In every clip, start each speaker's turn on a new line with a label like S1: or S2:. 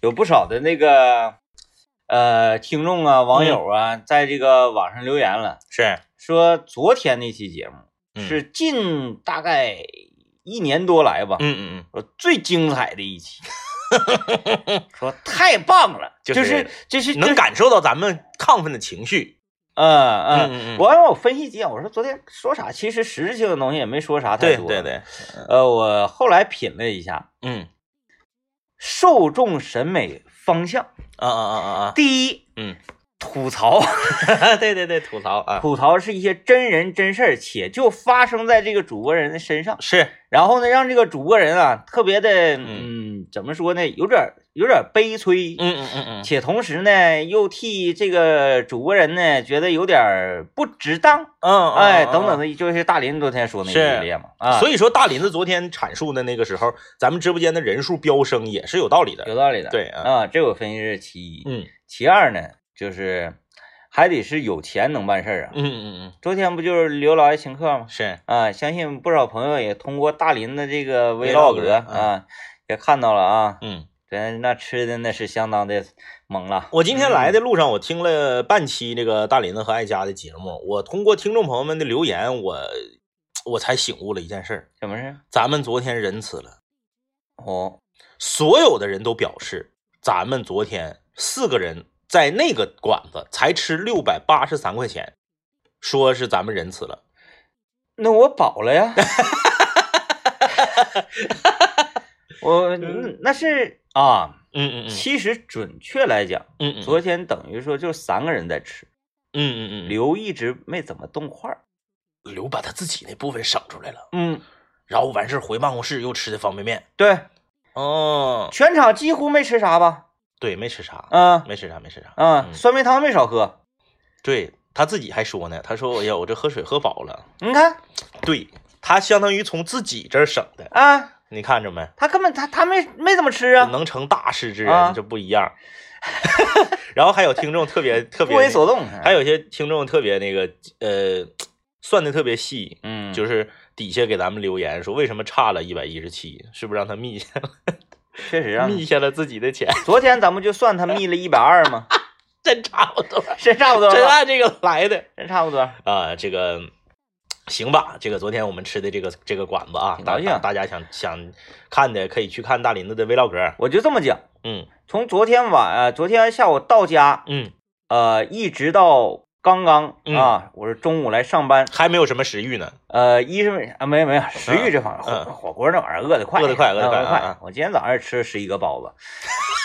S1: 有不少的那个呃听众啊、网友啊，
S2: 嗯
S1: 在这个网上留言了，
S2: 是，
S1: 说昨天那期节目
S2: 嗯
S1: 是近大概一年多来吧，
S2: 嗯嗯嗯，
S1: 说最精彩的一 期，说太棒了，
S2: 就
S1: 就是就是
S2: 嗯能，感受到咱们亢奋的情绪。
S1: 嗯嗯。
S2: 嗯
S1: 我让我分析几点，我说昨天说啥，其实实质性的东西也没说啥太
S2: 对
S1: 多。
S2: 对。对，
S1: 呃，我后来品了一下，
S2: 嗯，
S1: 受众审美方向，
S2: 啊啊啊啊啊，
S1: 第一，
S2: 嗯，
S1: 吐槽，
S2: 对对对，吐槽啊，
S1: 吐槽是一些真人真事儿，且就发生在这个主播人的身上。
S2: 是，
S1: 然后呢，让这个主播人啊，特别的，嗯，怎么说呢，有点儿有点儿悲催，
S2: 嗯嗯 嗯
S1: 且同时呢，又替这个主播人呢觉得有点儿不值当，
S2: 嗯嗯，
S1: 哎，等等的，就是大林昨天说那一
S2: 是
S1: 系列嘛，啊，
S2: 所以说，大林子昨天阐述的那个时候，咱们直播间的人数飙升也是有道理的。
S1: 有道理的，
S2: 对啊，
S1: 啊，这我分析是其一，
S2: 嗯
S1: 其二呢，就是还得是有钱能办事儿啊。
S2: 嗯嗯
S1: 昨天不就是刘老爷请客吗
S2: 嗯，？是，
S1: 啊，相信不少朋友也通过大林的这个
S2: Vlog，
S1: vlog 啊，也看到了啊，
S2: 嗯，
S1: 咱那吃的那是相当的猛了。
S2: 我今天来的路上，我听了半期这个大林子和艾佳的节目，我通过听众朋友们的留言，我我才醒悟了一件事儿：
S1: 什么事？
S2: 咱们昨天仁慈了，
S1: 哦，
S2: 所有的人都表示，咱们昨天四个人在那个馆子才吃六百八十三块钱，说是咱们仁慈了。
S1: 那我饱了呀。 我那那是嗯啊，
S2: 嗯嗯
S1: 其实准确来讲，
S2: 嗯嗯，
S1: 昨天等于说就三个人在吃，
S2: 嗯嗯嗯，
S1: 刘一直没怎么动筷儿。
S2: 刘把他自己那部分省出来了，
S1: 嗯，
S2: 然后完事儿回办公室又吃的方便面。
S1: 对，
S2: 哦，啊
S1: 全场几乎没吃啥吧？
S2: 对，没吃啥，
S1: 嗯
S2: 没吃啥，没吃啥。
S1: 嗯，
S2: 嗯
S1: 酸梅汤没少喝。
S2: 对他自己还说呢，他说：“哎呀，我这喝水喝饱了。
S1: 你看
S2: 对”他相当于从自己这儿省的，
S1: 啊，
S2: 你看着没？
S1: 他根本他他没没怎么吃啊，
S2: 能成大事之
S1: 啊
S2: 人这不一样。 然后还有听众 特别特
S1: 不
S2: 别，
S1: 为所动。还
S2: 还有些听众特别那个呃，算的特别细，
S1: 嗯，
S2: 就是是底下给咱们留言说为什么差了一百一十七，是不是让他 密下
S1: 确实啊。
S2: 密下了自己的钱？
S1: 昨天咱们就算他密了一百二嘛，
S2: 真差不多，
S1: 真差不多吧，
S2: 真按这个来的。
S1: 真差不多。
S2: 啊，这个行吧，这个昨天我们吃的这个这个馆子啊
S1: 挺，高
S2: 大
S1: 兴
S2: 大大家想想看的可以去看大林子的 vlog。
S1: 我就这么讲，
S2: 嗯
S1: 从昨天晚呃昨天下午到家，
S2: 嗯，
S1: 呃一直到刚刚
S2: 嗯
S1: 啊，我是中午来上班，
S2: 还没有什么食 欲呢。
S1: 呃一是没啊没有没有食欲这方面，
S2: 嗯
S1: 火火锅那玩意儿饿得快，
S2: 饿得快
S1: 啊
S2: 饿得快
S1: 快
S2: 啊啊
S1: 我今天早上吃十一个包子，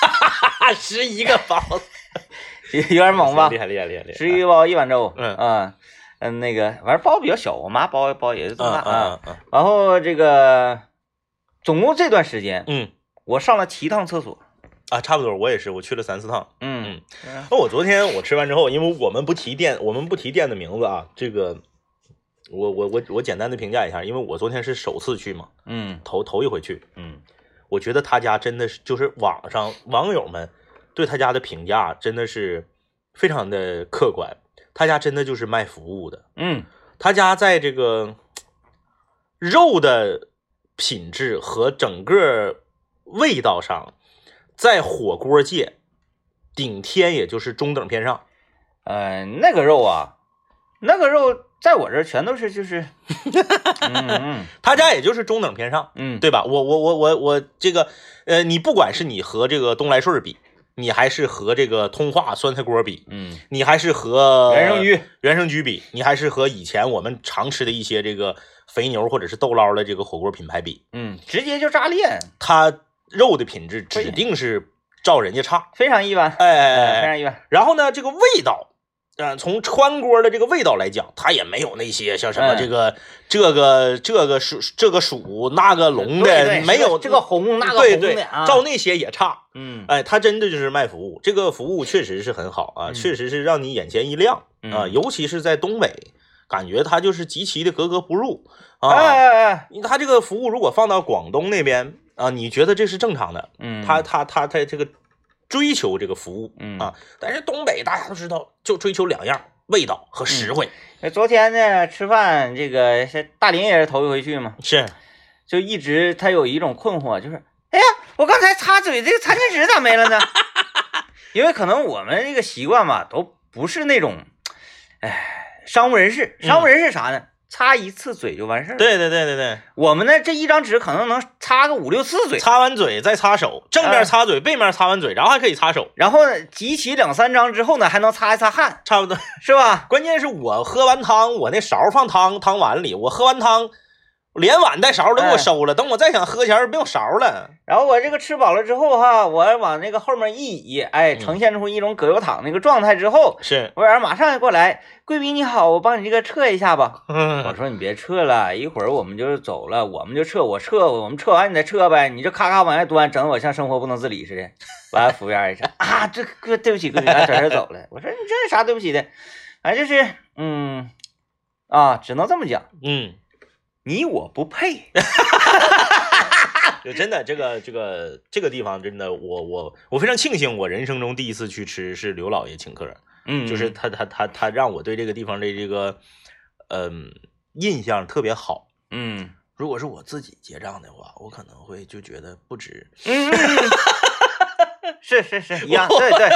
S2: 哈，十一个包子，
S1: 有点猛吧
S2: 厉？害厉害厉害厉害！
S1: 十一个包一碗粥，
S2: 嗯
S1: 啊嗯那个反正包比较小，我妈包包也就这么
S2: 嗯
S1: 大啊
S2: 嗯。嗯
S1: 然后这个总共这段时间，
S2: 嗯
S1: 我上了七趟厕所。
S2: 啊，差不多，我也是，我去了三四趟。
S1: 嗯
S2: 那我昨天我吃完之后，因为我们不提店，我们不提店的名字啊，这个。我我我我简单的评价一下，因为我昨天是首次去嘛，
S1: 嗯
S2: 头头一回去，
S1: 嗯，
S2: 我觉得他家真的是，就是网上网友们对他家的评价真的是非常的客观。他家真的就是卖服务的，
S1: 嗯
S2: 他家在这个肉的品质和整个味道上，在火锅界顶天，也就是中等偏上。
S1: 呃，那个肉啊，那个肉在我这儿全都是 就是，嗯嗯
S2: 他家也就是中等偏上，
S1: 嗯，
S2: 对吧？我我我我我这个，呃，你不管是你和这个东来顺比，你还是和这个通化酸菜锅比，
S1: 嗯，呃
S2: 你还是和
S1: 原生鱼，
S2: 原生居比，你还是和以前我们常吃的一些这个肥牛或者是豆捞的这个火锅品牌比，
S1: 嗯，直接就炸裂，
S2: 它肉的品质
S1: 对
S2: 指定是照人家差。
S1: 非常一般，
S2: 哎哎
S1: 呃
S2: 哎
S1: 非
S2: 哎，
S1: 常一般，
S2: 然后呢，这个味道。呃，从川锅的这个味道来讲，它也没有那些像什么
S1: 嗯
S2: 这个、这个这个属这个属那个龙的，
S1: 对对
S2: 没
S1: 这
S2: 有
S1: 个这个红那个
S2: 对
S1: 红
S2: 对
S1: 的啊
S2: 照那些也差。
S1: 嗯
S2: 哎，他真的就是卖服务，这个服务确实是很好啊，
S1: 嗯
S2: 确实是让你眼前一亮啊，
S1: 嗯
S2: 尤其是在东北，感觉他就是极其的格格不入
S1: 哎
S2: 啊。
S1: 哎哎，
S2: 他这个服务如果放到广东那边啊，你觉得这是正常的？
S1: 嗯，
S2: 他他他他这个追求这个服务
S1: 嗯
S2: 啊，但是东北大家都知道，就追求两样，味道和实惠。
S1: 那哎昨天呢吃饭，嗯这个是大林也是头一回去嘛，
S2: 是，
S1: 就一直他有一种困惑，就是哎呀，我刚才擦嘴，这个餐巾纸咋没了呢？ 因为可能我们这个习惯吧，都不是那种，哎，商务人士，商务人士啥呢？擦一次嘴就完事儿。，
S2: 嗯对对对对对，
S1: 我们呢这一张纸可能能擦个五六次嘴，
S2: 擦完嘴再擦手，正
S1: 嗯
S2: 面擦嘴，背面擦完嘴，然后还可以擦手，
S1: 然后呢集齐两三张之后呢，还能擦一擦汗，
S2: 差不多。
S1: 是吧？
S2: 关键是我喝完汤，我那勺放汤汤碗里，我喝完汤，连碗带勺都
S1: 哎
S2: 给我收了。等我再想喝前儿，没有勺了。
S1: 然后我这个吃饱了之后哈，我往那个后面一倚，
S2: 嗯
S1: 哎，呈现出一种葛优躺那个状态之后，
S2: 是，
S1: 服务员马上就过来，贵宾你好，我帮你这个撤一下吧。我
S2: 嗯，
S1: 说你别撤了，一会儿我们就是走了，我们就撤，我撤，我们撤完你再撤呗，你就咔咔往外端，整得我像生活不能自理 似的。完，服务员一说啊，这个对不起，贵宾，咱转身走 了。我说你这有啥对不起的？反正就是，嗯，啊，只能这么讲，
S2: 嗯，
S1: 你我不配。
S2: 就真的这个这个这个地方真的，我我我非常庆幸，我人生中第一次去吃是刘老爷请客，
S1: 嗯
S2: 就是他他他他让我对这个地方的这个嗯印象特别好。
S1: 嗯
S2: 如果是我自己结账的话，我可能会就觉得不值。
S1: 嗯， 嗯是是是一样，对对，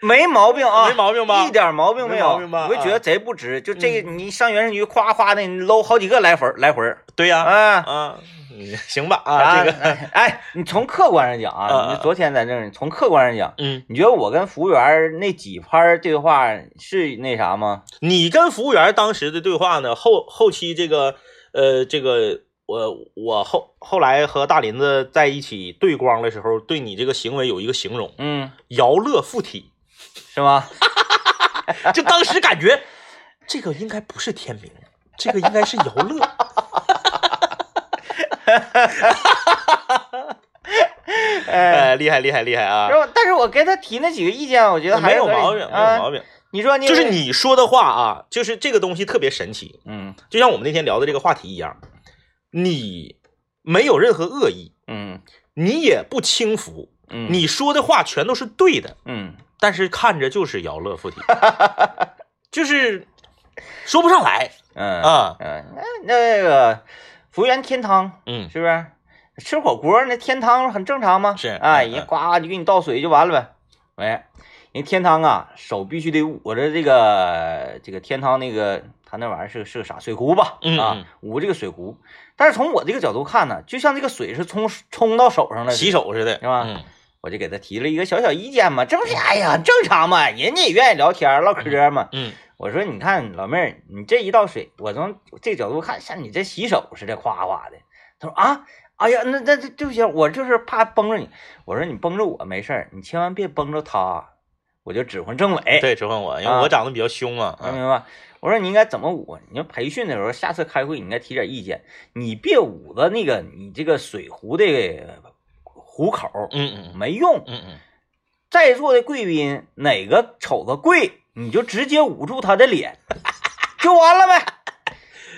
S1: 没毛病啊，
S2: 没毛病吧
S1: 一点毛病
S2: 没
S1: 有，
S2: 毛病吧啊嗯
S1: 我就觉得贼不值。就这个，你上原生局夸夸的，你搂好几个来回儿来回儿
S2: 对呀、啊，
S1: 啊。
S2: 嗯行吧啊，这个，
S1: 哎， 哎，你从客观上讲
S2: 啊啊
S1: 啊，你昨天在这儿，你从客观上讲，
S2: 嗯，
S1: 你觉得我跟服务员儿那几拍儿对话是那啥吗？
S2: 你跟服务员当时的对话呢，后后期这个呃这个。我我后后来和大林子在一起对光的时候，对你这个行为有一个形容，
S1: 嗯，
S2: 摇乐附体。
S1: 是吗？
S2: 就当时感觉这个应该不是天明，这个应该是姚乐。
S1: 哎，
S2: 哎，厉害厉害厉害啊呃
S1: 然！后但是我跟他提那几个意见，我觉得还
S2: 没
S1: 是
S2: 有嗯
S1: 合理
S2: 毛病，没有毛
S1: 啊。
S2: 病。
S1: 你说你
S2: 就是，你说的话啊，就是这个东西特别神奇，
S1: 嗯
S2: 就像我们那天聊的这个话题一样，你没有任何恶意，
S1: 嗯
S2: 你也不轻浮，
S1: 嗯，
S2: 你说的话全都是对的，
S1: 嗯。
S2: 但是看着就是姚 乐附体，就是说不上来
S1: 嗯
S2: 啊。
S1: 嗯，那那个服务员添汤
S2: 嗯，
S1: 是不是？吃火锅那添汤很正常吗？
S2: 是
S1: 哎，
S2: 嗯
S1: 人
S2: 嗯
S1: 呱就给你倒水就完了呗。喂，人添汤啊，手必须得捂着这个这个添汤那个，他那玩意儿是个是个啥水壶吧？
S2: 嗯嗯
S1: 啊，捂这个水壶。但是从我这个角度看呢，就像这个水是冲冲到手上了，
S2: 洗。手似的，
S1: 是吧
S2: 嗯
S1: 我就给他提了一个小小意见嘛，这不是哎呀很正常嘛，人家也愿意聊天唠嗑嘛。
S2: 嗯，
S1: 我说你看老妹儿，你这一倒水，我从这角度看，像你这洗手似的，夸夸的。他说啊，哎呀，那那这对不起，我就是怕崩着你。我说你崩着我没事儿，你千万别崩着他，我就指挥政委。
S2: 对，指唤我，因为
S1: 啊嗯
S2: 我长得比较凶嘛。
S1: 能
S2: 啊
S1: 明白吗？我说你应该怎么捂？你说培训的时候，下次开会你应该提点意见，你别捂着那个你这个水壶的壶口，
S2: 嗯嗯
S1: 没用。
S2: 嗯嗯
S1: 在座的贵宾哪个瞅着贵，你就直接捂住他的脸，就完了呗。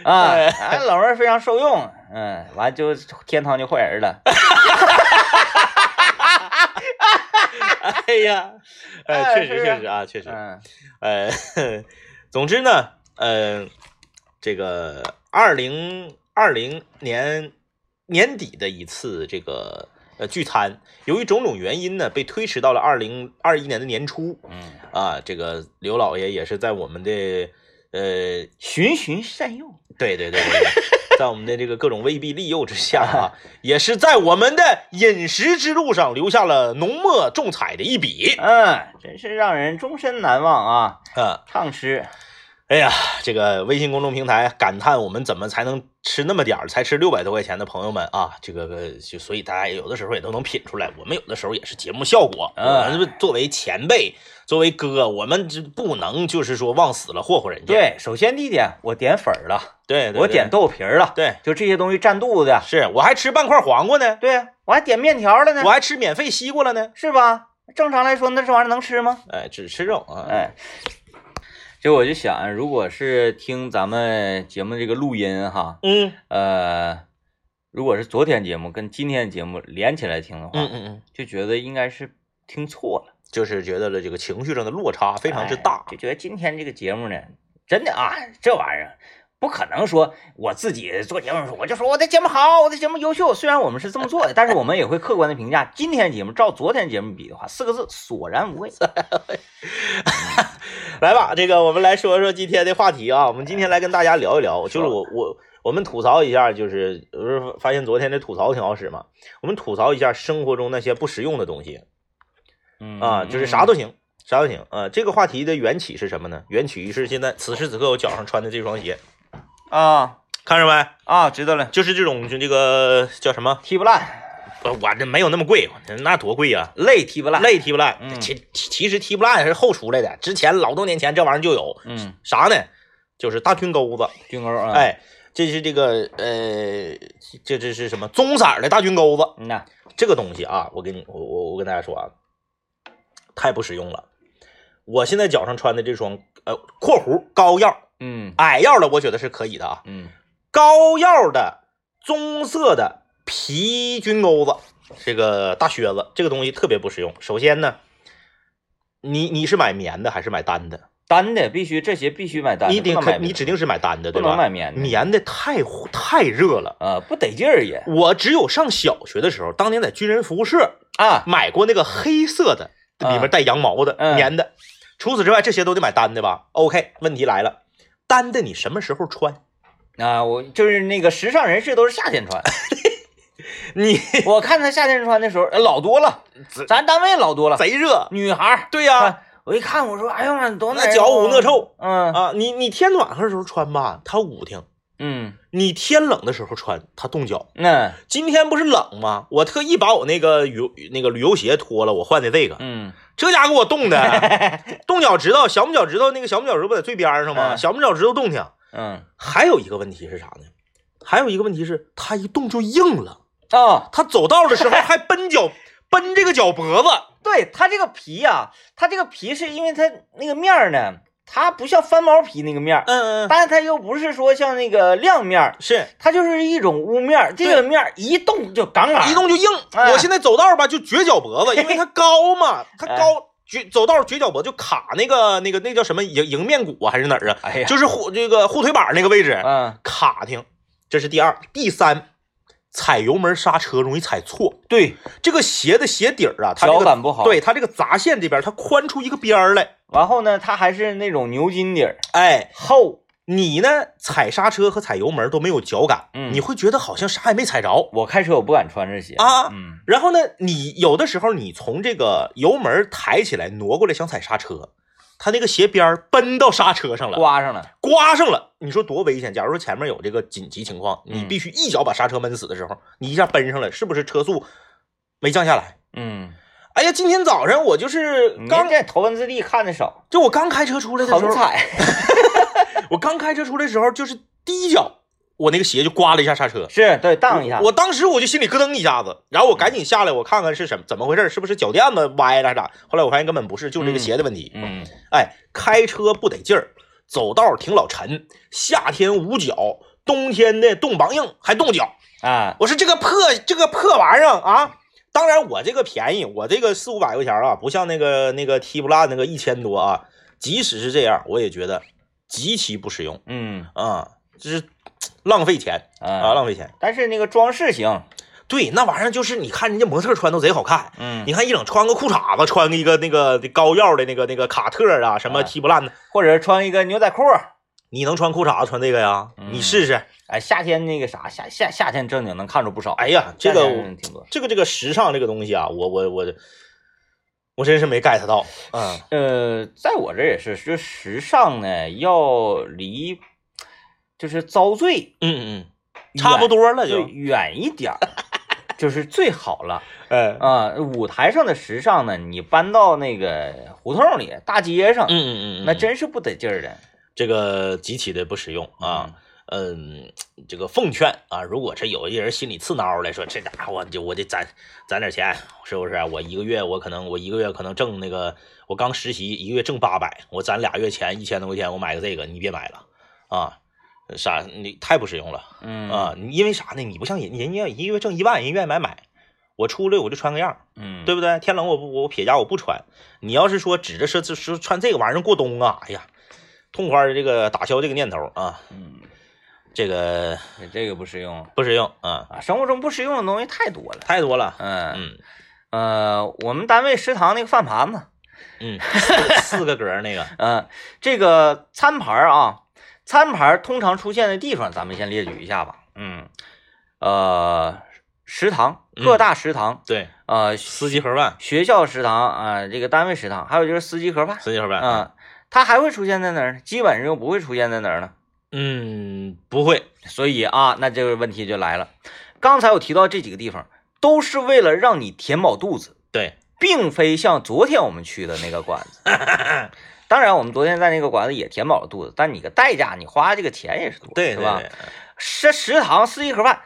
S1: 啊，
S2: 哎
S1: 哎，老妹儿非常受用，嗯，完就天堂就换人了。
S2: 嗯，哎呀，
S1: 哎
S2: 呃，确
S1: 是
S2: 实
S1: 不是
S2: 确实啊，确实，
S1: 嗯
S2: 呃，总之呢，呃，这个二零二零年年底的一次这个呃聚餐，由于种种原因呢，被推迟到了二零二一年的年初
S1: 嗯，
S2: 啊。这个刘老爷也是在我们的呃
S1: 循循善诱，
S2: 对对对对对，在我们的这个各种威逼利诱之下啊，也是在我们的饮食之路上留下了浓墨重彩的一笔
S1: 嗯，真是让人终身难忘啊！
S2: 啊。
S1: 畅吃，
S2: 哎呀，这个微信公众平台感叹我们怎么才能吃那么点儿，才吃六百多块钱的朋友们啊，这个个就所以大家有的时候也都能品出来，我们有的时候也是节目效果，
S1: 啊
S2: 我们作为前辈，作为哥，我们这不能就是说往死了霍霍人家。
S1: 对，首先第一点，我点粉儿了，
S2: 对，对
S1: 我点，豆皮儿了，
S2: 对，
S1: 就这些东西占肚子呀
S2: 对。是我还吃半块黄瓜呢，
S1: 对，啊我还点面条了呢
S2: 我，还吃免费西瓜了呢，
S1: 是吧？正常来说，那这玩意儿能吃吗？
S2: 哎，只吃肉啊，
S1: 嗯哎，就我就想，如果是听咱们节目这个录音哈，
S2: 嗯
S1: 呃，如果是昨天节目跟今天节目连起来听的话，
S2: 嗯嗯嗯，
S1: 就觉得应该是听错了，哎
S2: 就是觉得了这个情绪上的落差非常之大
S1: 哎。就觉得今天这个节目呢，真的啊，这玩意儿不不可能说我自己做节目的时候，我就说我的节目好，我的节目优秀。虽然我们是这么做的，但是我们也会客观的评价今天节目。照昨天节目比的话，四个字索然 无味。
S2: 来吧，这个我们来说说今天的话题啊。我们今天来跟大家聊一聊，就是我我我们吐槽一下，就是不是发现昨天的吐槽挺好使嘛？我们吐槽一下生活中那些不实用的东西
S1: 嗯
S2: 啊，就是啥都行，啥都行啊。这个话题的缘起是什么呢？缘起于是现在此时此刻我脚上穿的这双鞋，
S1: 啊
S2: 看着没？
S1: 啊，知道了，
S2: 就是这种就这个叫什么？
S1: 踢不烂，
S2: 我我这没有那么贵，那多贵呀、
S1: 累踢不烂。
S2: 累踢不烂，
S1: 嗯
S2: 其其其实踢不烂是后出来的，之前老多年前这玩意儿就有，
S1: 嗯，
S2: 啥呢？就是大军钩子，
S1: 军钩啊，，
S2: 哎，这是这个呃，这这是什么棕色儿的大军钩子？
S1: 嗯呐，
S2: 这个东西啊，我跟你我我我跟大家说啊，太不实用了。我现在脚上穿的这双呃（括弧高腰
S1: 嗯
S2: 矮腰的），我觉得是可以的啊。
S1: 嗯，
S2: 高腰的棕色的皮军钩子，这个大靴子，这个东西特别不实用。首先呢，你你是买棉的还是买单的？
S1: 单的必须这些必须买单的，
S2: 你得
S1: 不能买
S2: 你
S1: 棉的
S2: 指定是买单的，对
S1: 不能买
S2: 吧？
S1: 棉的
S2: 棉的太太热了。
S1: 啊，不得劲儿也
S2: 我只有上小学的时候，当年在军人服务社
S1: 啊，
S2: 买过那个黑色的，
S1: 啊
S2: 里面带羊毛的、
S1: 嗯
S2: 棉的。除此之外，这些都得买单的吧？OK，问题来了，单的你什么时候穿？
S1: 啊，我就是那个时尚人士都是夏天穿，
S2: 哎你
S1: 我看他夏天穿的时候呃老多了，咱单位老多了，
S2: 贼热，
S1: 女孩儿
S2: 对呀、
S1: 啊，我一看我说，哎呦妈，多
S2: 那脚捂那臭，
S1: 嗯
S2: 啊，你你天暖和的时候穿吧，它捂挺；
S1: 嗯，
S2: 你天冷的时候穿，它冻脚。
S1: 那
S2: 今天不是冷吗？我特意把我那个旅那个旅游鞋脱了，我换的这个，
S1: 嗯
S2: 这家给我冻的， 冻脚趾头，小拇脚趾头那个小拇脚趾头不在最边上吗？
S1: 嗯
S2: 小拇脚趾头冻挺。
S1: 嗯
S2: 还有一个问题是啥呢？还有一个问题是，它一冻就硬了，
S1: 哦，
S2: 它走道的时候 还奔脚奔这个脚脖子。
S1: 对，它这个皮呀、它这个皮是因为它那个面儿呢，它不像翻毛皮那个面儿，
S2: 嗯嗯，
S1: 但是它又不是说像那个亮面儿，
S2: 是
S1: 它就是一种乌面儿，这个面儿一动就杠杠，
S2: 一动就硬。
S1: 哎
S2: 我现在走道吧就撅脚脖子，因为它 高嘛，它高撅走道撅脚脖子就卡那个那个那叫什么迎迎面骨啊还是哪儿啊？
S1: 哎呀，
S2: 就是护这个护腿板那个位置
S1: 嗯，
S2: 卡挺。这是第二，第三，踩油门刹车容易踩错。
S1: 对，
S2: 这个鞋的鞋底儿啊，它这
S1: 脚
S2: 个
S1: 感不好，，
S2: 对它这个杂线这边它宽出一个边儿来。
S1: 然后呢，它还是那种牛筋底儿，
S2: 哎，
S1: 厚，
S2: 你呢踩刹车和踩油门都没有脚感，
S1: 嗯
S2: 你会觉得好像啥也没踩着。
S1: 我开车我不敢穿这鞋
S2: 啊
S1: 嗯
S2: 然后呢，你有的时候你从这个油门抬起来挪过来想踩刹车，它那个鞋边儿奔到刹车上了，
S1: 刮上了，
S2: 刮上了，你说多危险？假如说前面有这个紧急情况，
S1: 嗯
S2: 你必须一脚把刹车闷死的时候，你一下奔上了，是不是车速没降下来？
S1: 嗯，
S2: 哎呀，今天早上我就是
S1: 你
S2: 刚
S1: 这头文字 D 看的少，
S2: 就我刚开车出来的时
S1: 横
S2: 候，
S1: 踩
S2: 我刚开车出来的时候就是第一脚，我那个鞋就刮了一下刹车，
S1: 是对荡一下，
S2: 我当时我就心里咯噔一下子，然后我赶紧下来，我看看是什么怎么回事，是不是脚垫子歪了啥？后来我发现根本不是，就是这个鞋的问题。
S1: 嗯
S2: 哎，开车不得劲儿，走道挺老沉，夏天捂脚，冬天的冻梆硬还冻脚。
S1: 啊
S2: 我说这个破这个破玩意儿啊！当然我这个便宜，我这个四五百块钱啊，不像那个那个踢不烂那个一千多啊。即使是这样，我也觉得极其不实用
S1: 嗯
S2: 啊，这是浪费钱啊，
S1: 啊，
S2: 浪费钱。
S1: 但是那个装饰行，
S2: 对，那玩意儿就是你看人家模特穿都贼好看，
S1: 嗯，
S2: 你看一整穿个裤衩子，穿个一个那个高腰的那个那个卡特啊，什么
S1: 啊
S2: 踢不烂的，
S1: 或者穿一个牛仔裤儿，
S2: 你能穿裤衩子穿这个呀？你
S1: 嗯
S2: 试试。
S1: 哎，夏天那个啥，夏夏夏天正经能看出不少，
S2: 哎呀，这
S1: 夏
S2: 个
S1: 天挺多。
S2: 这个这个时尚这个东西啊，我我我我真是没 get 到。嗯，
S1: 呃，在我这儿也是，就时尚呢要离就是遭罪
S2: 嗯嗯，差不多了
S1: 就
S2: 就。
S1: 远一点儿， 就是最好了。
S2: 哎，
S1: 啊、舞台上的时尚呢，你搬到那个胡同里、大街上，
S2: 嗯嗯嗯，
S1: 那真是不得劲儿的
S2: 这个极其的不实用啊。嗯，这个奉劝啊，如果这有一人心里刺挠来说，这家伙就我得攒攒点钱，是不是？我一个月我可能我一个月可能挣那个，我刚实习一个月挣八百，我攒俩月钱一千多块钱，我买个这个，你别买了啊！啥？你太不实用了
S1: 嗯
S2: 啊！你因为啥呢？你不像人，人家一个月挣一万，人愿意买买。我出来我就穿个样儿，
S1: 嗯，
S2: 对不对？天冷我不我撇家我不穿。你要是说指着说这说穿这个玩意儿过冬啊，哎呀，痛快儿这个打消这个念头啊。
S1: 嗯，
S2: 这个
S1: 这个不实用
S2: 不实用啊，
S1: 啊，生活中不实用的东西太多了。
S2: 太多了。
S1: 嗯
S2: 嗯
S1: 呃，我们单位食堂那个饭盘子，
S2: 嗯，四四个格儿那个，
S1: 嗯，这个餐盘儿啊，餐盘儿通常出现的地方，咱们先列举一下吧。嗯，呃，食堂，各
S2: 嗯
S1: 大食堂，
S2: 对，
S1: 呃，
S2: 司机盒饭，
S1: 学校食堂啊、这个单位食堂，还有就是司机盒饭，
S2: 司机盒
S1: 嗯、
S2: 饭。
S1: 它还会出现在哪儿呢？基本上又不会出现在哪儿呢？
S2: 嗯，不会，
S1: 所以啊，那这个问题就来了。刚才我提到这几个地方，都是为了让你填饱肚子，
S2: 对，
S1: 并非像昨天我们去的那个馆 子。当然，我们昨天在那个馆子也填饱了肚子，但你个代价，你花这个钱也是多，
S2: 对
S1: 是
S2: 对
S1: 吧？
S2: 对
S1: 食食堂四一盒饭，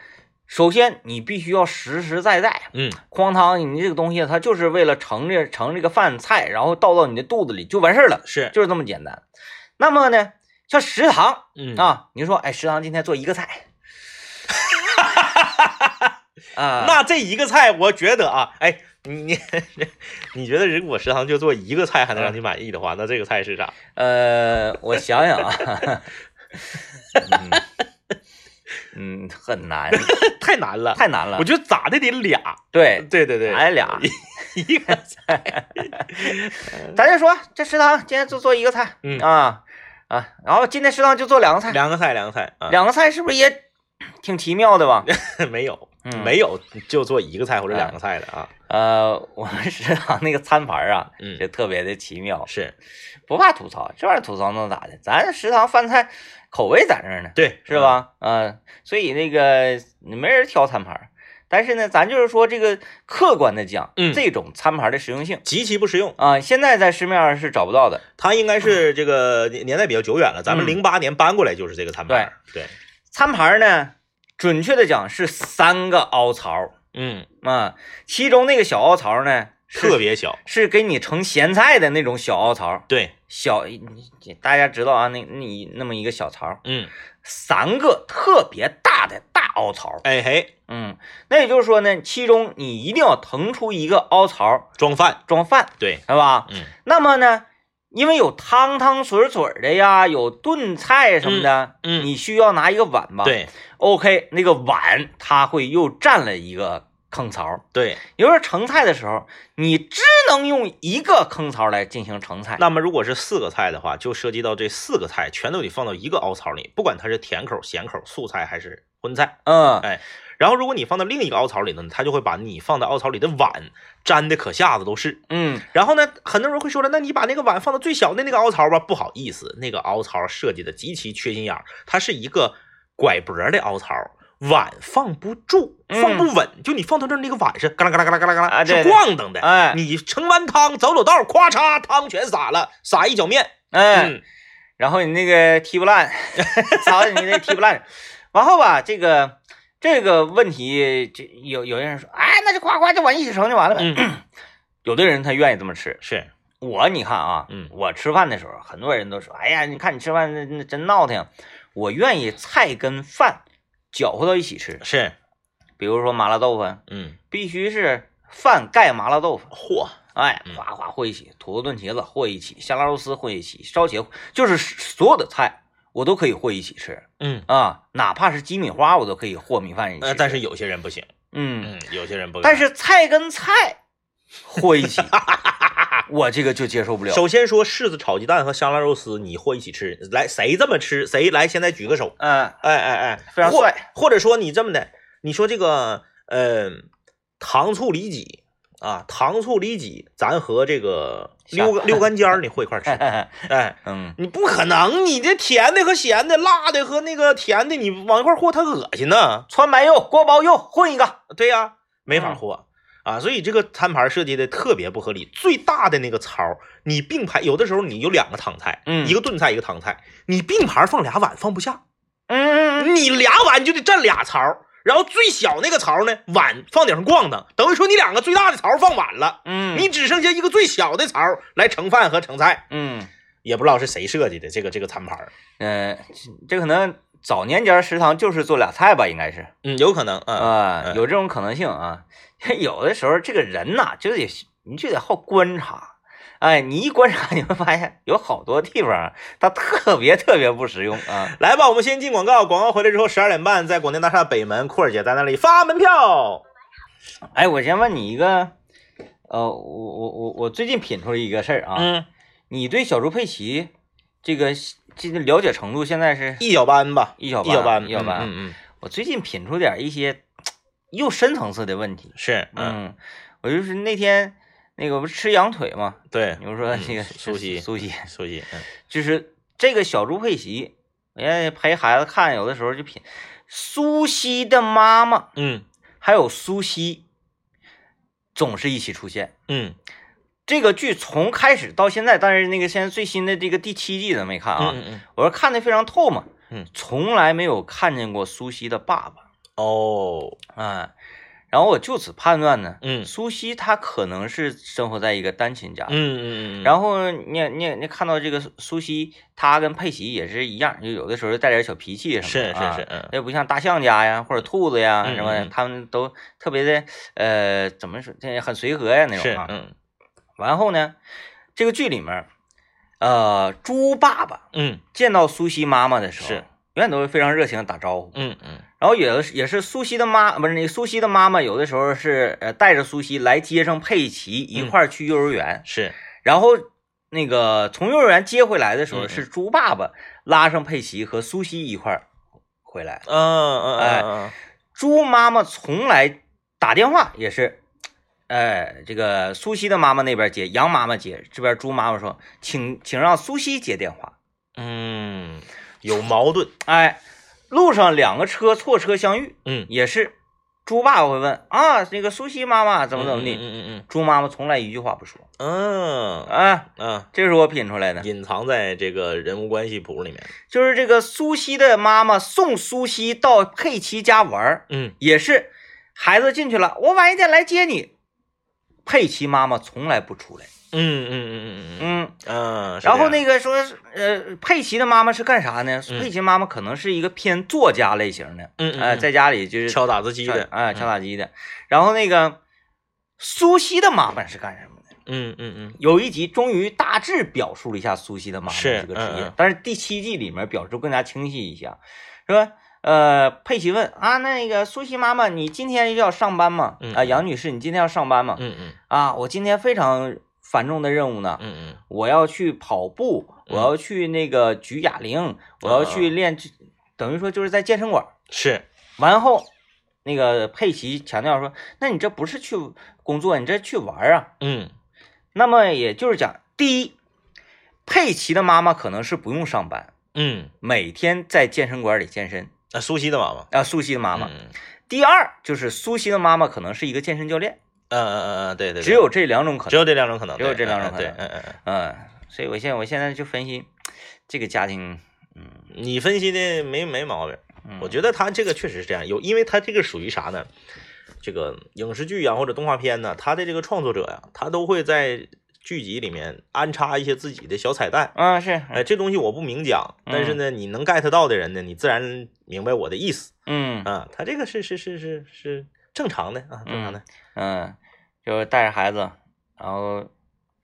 S1: 首先你必须要实实在在，
S2: 嗯，
S1: 哐当，你这个东西它就是为了盛这盛这个饭菜，然后倒到你的肚子里就完事儿了，
S2: 是，
S1: 就是这么简单。那么呢，像食堂
S2: 嗯，
S1: 啊，你说，哎，食堂今天做一个 菜，啊，
S2: 那这一个菜，我觉得啊，哎，你 你你觉得如果食堂就做一个菜还能让你满意的话，那这个菜是啥？
S1: 呃，我想想 啊，嗯，嗯，很难，
S2: 太难了，
S1: 太难了
S2: 我。觉得咋的得俩，哎
S1: 对，
S2: 对对对，
S1: 咱俩，
S2: 一个菜，
S1: 咱就说这食堂今天就做一个菜，
S2: 嗯
S1: 啊啊，然后今天食堂就做两个菜，
S2: 两个菜，两个菜啊，
S1: 两个菜是不是也挺奇妙的吧？
S2: 没有
S1: 嗯
S2: 没有就做一个菜或者两个菜的啊，
S1: 呃，我们食堂那个餐盘啊，
S2: 嗯
S1: 就特别的奇妙，
S2: 是
S1: 不怕吐槽，这玩意儿吐槽能咋的？咱食堂饭菜口味在那儿呢，
S2: 对，
S1: 是？吧？嗯、所以那个没人挑餐盘儿，但是呢，咱就是说这个客观的讲，
S2: 嗯
S1: 这种餐盘的实用性
S2: 极其不实用，
S1: 啊、现在在市面上是找不到的。
S2: 它应该是这个年年代比较久远了，咱们
S1: 嗯
S2: 零八年搬过来就是这个餐盘，对，
S1: 餐盘儿呢，准确的讲是三个凹槽儿
S2: 嗯，
S1: 啊、其中那个小凹槽儿呢，是
S2: 特别小，
S1: 是给你盛咸菜的那种小凹槽儿，
S2: 对，
S1: 小大家知道啊，那那那么一个小槽儿，
S2: 嗯，
S1: 三个特别大的大凹槽儿，
S2: 哎嘿，
S1: 嗯，那也就是说呢，其中你一定要腾出一个凹槽儿
S2: 装饭，
S1: 装饭，
S2: 对，
S1: 是吧？
S2: 嗯，
S1: 那么呢，因为有汤汤水水的呀，有炖菜什么的，
S2: 嗯嗯
S1: 你需要拿一个碗吧？
S2: 对
S1: ，OK，那个碗它会又占了一个坑槽儿。
S2: 对。
S1: 也就是盛菜的时候，你只能用一个坑槽来进行盛菜。
S2: 那么如果是四个菜的话，就涉及到这四个菜全都得放到一个凹槽里，不管它是甜口、咸口、素菜还是荤菜。
S1: 嗯，
S2: 然后如果你放到另一个凹槽里呢，它就会把你放到凹槽里的碗粘的可下子都是。
S1: 嗯，
S2: 然后呢，很多人会说了，那你把那个碗放到最小的那个凹槽吧？不好意思，那个凹槽设计的极其缺心眼儿，它是一个拐脖的凹槽。碗放不住，
S1: 嗯
S2: 放不稳，就你放到这儿那个碗是嘎啦嘎啦嘎啦嘎啦嘎啦，
S1: 啊对
S2: 是
S1: 对
S2: 晃荡的。
S1: 哎
S2: 你盛完汤走走道，咵嚓，汤全洒了，洒一脚面。
S1: 哎，
S2: 嗯，
S1: 然后你那个踢不烂， 操你那踢不烂，然后吧，这个这个问题，这有有些人说，哎，那就夸夸就往一起盛就完了呗。
S2: 嗯
S1: 有的人他愿意这么吃，
S2: 是，
S1: 我你看啊，
S2: 嗯
S1: 我吃饭的时候，很多人都说，哎呀，你看你吃饭那那真闹腾，我愿意菜跟饭搅和到一起吃，
S2: 是，
S1: 比如说麻辣豆腐啊，
S2: 嗯，
S1: 必须是饭盖麻辣豆腐，
S2: 嚯，
S1: 哎，
S2: 嗯
S1: 哗哗和一起，土豆炖茄子和一起，香辣肉丝和一起，烧茄就是所有的菜我都可以和一起吃
S2: 嗯，
S1: 啊，哪怕是鸡米花我都可以和米饭一起
S2: 那
S1: 吃。
S2: 呃但是有些人不行，
S1: 嗯，
S2: 嗯，有些人不，
S1: 但是菜跟菜和一 起，我这个就接受不了。
S2: 首先说柿子炒鸡蛋和香辣肉丝，你和一起吃，来，谁这么吃，谁来，现在举个手，
S1: 嗯、
S2: 哎哎哎，
S1: 非常
S2: 或
S1: 帅，
S2: 或者说你这么的，你说这个，嗯、糖醋里脊啊，糖醋里脊，咱和 这个溜溜肝尖儿，你和一块儿吃，哎。
S1: 嗯，
S2: 你不可能，你这甜的和咸的，辣的和那个甜的，你往一块儿和，它恶心呢。
S1: 川白肉、锅包肉混一个。
S2: 对呀、没法
S1: 嗯
S2: 和、啊，所以这个餐盘设计的特别不合理。最大的那个槽儿，你并排，有的时候你有两个汤菜，
S1: 嗯
S2: 一个炖菜，一个汤菜，你并排放俩碗放不下，
S1: 嗯嗯
S2: 你俩碗就得占俩槽儿，然后最小那个槽儿呢，碗放顶上逛荡，等于说你两个最大的槽儿放满了，
S1: 嗯，
S2: 你只剩下一个最小的槽儿来盛饭和盛菜，
S1: 嗯
S2: 也不知道是谁设计的这个这个餐盘儿，
S1: 嗯、呃这可能早年间食堂就是做俩菜吧，应该是。
S2: 嗯，有可能， 嗯，
S1: 啊，
S2: 嗯
S1: 有这 种可能性啊。有的时候这个人呐、就得你就得好观察，哎，你一观察你会发现有好多地方啊它特别特别不实用啊。
S2: 来吧，我们先进广告，广告回来之后十二点半，在广电大厦北门，库尔姐在那里发门票。
S1: 哎，我先问你一个，呃，我我我我最近品出了一个事儿啊，
S2: 嗯，
S1: 你对小猪佩奇这个这个了解程度现在是
S2: 一小班吧，
S1: 一小
S2: 一小班，
S1: 一小班。
S2: 嗯嗯嗯，
S1: 我最近品出点一些又深层次的问题。
S2: 是，嗯，
S1: 嗯，我就是那天那个不是吃羊腿嘛，
S2: 对，
S1: 你不是说那个
S2: 嗯苏西
S1: 苏西，
S2: 所以，嗯
S1: 就是这个小猪佩奇，我愿意陪孩子看，有的时候就品苏西的妈妈，
S2: 嗯
S1: 还有苏西，总是一起出现。
S2: 嗯
S1: 这个剧从开始到现在，但是那个现在最新的这个第七季咱没看啊，
S2: 嗯嗯，
S1: 我是看的非常透嘛，
S2: 嗯，
S1: 从来没有看见过苏西的爸爸，
S2: 哦，
S1: 啊，然后我就此判断呢，
S2: 嗯
S1: 苏西她可能是生活在一个单亲家庭。
S2: 嗯嗯嗯，后
S1: 然后你也你也你也看到这个苏苏西，她跟佩奇也是一样，就有的时候带点小脾气什
S2: 是
S1: 么的、啊。
S2: 是是，，嗯
S1: 也不像大象家呀或者兔子呀
S2: 嗯
S1: 什么的，
S2: 嗯嗯
S1: 他们都特别的呃怎么说，这很随和呀那
S2: 是
S1: 种，啊。
S2: 嗯
S1: 然后呢，这个剧里面，呃，猪爸爸
S2: 嗯
S1: 见到苏西妈妈的时候，
S2: 是
S1: 永远都是非常热情的打招呼。
S2: 嗯嗯，
S1: 然后也是也是苏西的妈，不是那个苏西的妈妈，有的时候是呃带着苏西来接上佩奇一
S2: 嗯
S1: 块儿去幼儿园，
S2: 是，
S1: 然后那个从幼儿园接回来的时候，
S2: 嗯嗯
S1: 是猪爸爸拉上佩奇和苏西一块儿回来。
S2: 嗯嗯嗯嗯
S1: 猪妈妈从来打电话也是，呃，这个苏西的妈妈那边接，杨妈妈接，这边猪妈妈说，请请让苏西接电话。
S2: 嗯，有矛盾，
S1: 哎，路上两个车错车相遇，
S2: 嗯，
S1: 也是猪爸爸会问啊，那个苏西妈妈怎么怎么
S2: 嗯
S1: 地，
S2: 嗯
S1: 猪妈妈从来一句话不说
S2: 嗯嗯
S1: 啊，
S2: 嗯，
S1: 这是我品出来的，
S2: 隐藏在这个人物关系谱里面，
S1: 就是这个苏西的妈妈送苏西到佩奇家玩儿，
S2: 嗯
S1: 也是孩子进去了，我晚一点来接你。佩奇妈妈从来不出来，
S2: 嗯嗯嗯嗯嗯
S1: 嗯，
S2: 嗯，
S1: 然后那个说，呃，佩奇的妈妈是干啥呢？
S2: 嗯
S1: 佩奇妈妈可能是一个偏作家类型的，
S2: 嗯
S1: 哎，在家里就是
S2: 敲打字机的，嗯
S1: 哎，敲打机的。然后那个苏西的妈妈是干什么的？
S2: 嗯嗯嗯。
S1: 有一集终于大致表述了一下苏西的妈妈
S2: 是
S1: 这个职
S2: 嗯
S1: 业
S2: 嗯，
S1: 但是第七季里面表述更加清晰一些，是吧？呃，佩奇问啊，那个苏西妈妈，你今天要上班吗？
S2: 嗯
S1: 啊，杨女士，你今天要上班吗？
S2: 嗯嗯
S1: 啊，我今天非常繁重的任务呢，
S2: 嗯
S1: 我要去跑步，我要去那个举哑
S2: 啊
S1: 铃，我要去练，等于说就是在健身馆。
S2: 是，
S1: 完后，那个佩奇强调说：“那你这不是去工作，你这去玩儿啊。
S2: 嗯”
S1: 那么也就是讲，第一，佩奇的妈妈可能是不用上班，
S2: 嗯，
S1: 每天在健身馆里健身
S2: 那苏西的妈妈，
S1: 啊、苏西的妈妈。
S2: 嗯
S1: 第二就是苏西的妈妈可能是一个健身教练，
S2: 嗯嗯嗯，对对，
S1: 只有这两种可
S2: 只
S1: 能。
S2: 有这两种可能，对，嗯嗯
S1: 嗯，所以我现在我现在就分析这个家庭，
S2: 嗯，你分析的没没毛病，
S1: 嗯、
S2: 我觉得他这个确实是这样，有，因为他这个属于啥呢？这个影视剧啊或者动画片呢，他的这个创作者呀、他都会在剧集里面安插一些自己的小彩蛋。
S1: 啊是，
S2: 哎，这东西我不明讲，
S1: 嗯
S2: 但是呢，你能 get 到的人呢，你自然明白我的意思
S1: 嗯
S2: 啊。他这个是是是是是正常的啊，正常的。
S1: 嗯，就是带着孩子，然后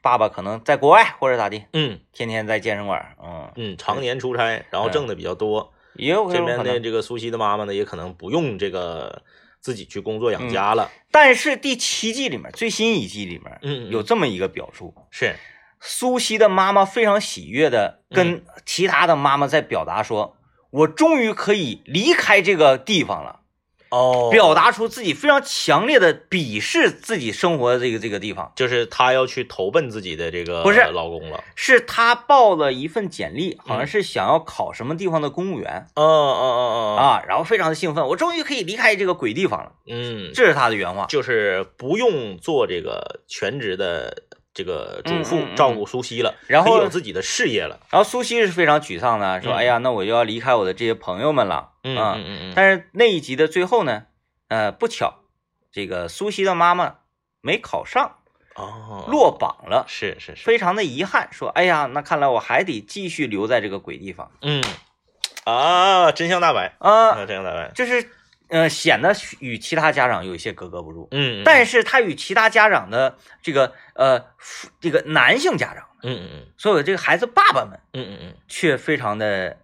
S1: 爸爸可能在国外或者咋地，
S2: 嗯
S1: 天天在健身馆，嗯，
S2: 嗯，常年出差，然后挣的比较多。
S1: 也嗯有
S2: 这
S1: 这种
S2: 边
S1: 可
S2: 的
S1: 能。
S2: 这个苏西的妈妈呢，也可能不用这个自己去工作养家了。
S1: 但是第七季里面，最新一季里面，
S2: 嗯嗯
S1: 有这么一个表述：
S2: 是，
S1: 苏西的妈妈非常喜悦的
S2: 嗯
S1: 跟其他的妈妈在表达说：“我终于可以离开这个地方了。”
S2: 哦
S1: 表达出自己非常强烈的鄙视自己生活的这个这个地方。
S2: 就是她要去投奔自己的这个
S1: 不是
S2: 老公了。
S1: 是她报了一份简历，好像是想要考什么地方的公务员、
S2: 嗯嗯嗯嗯嗯，
S1: 哦啊，然后非常的兴奋，我终于可以离开这个鬼地方了。
S2: 嗯，
S1: 这是她的原话。
S2: 就是不用做这个全职的这个主妇、
S1: 嗯嗯嗯
S2: 照顾苏西了，
S1: 然后
S2: 可以有自己的事业了。
S1: 然后苏西是非常沮丧的，说：“
S2: 嗯
S1: 哎呀，那我就要离开我的这些朋友们了。”
S2: 嗯
S1: 啊
S2: 嗯嗯嗯，
S1: 但是那一集的最后呢，呃，不巧，这个苏西的妈妈没考上，
S2: 哦，
S1: 落榜了，
S2: 是是是，
S1: 非常的遗憾，说：“哎呀，那看来我还得继续留在这个鬼地方。
S2: 嗯啊，真相大白，
S1: 呃”
S2: 啊，真相大白，
S1: 就是呃，显得与其他家长有一些格格不入。
S2: 嗯，
S1: 但是他与其他家长的这个呃父这个男性家长，
S2: 嗯嗯
S1: 所有的这个孩子爸爸们
S2: 嗯嗯嗯
S1: 却非常的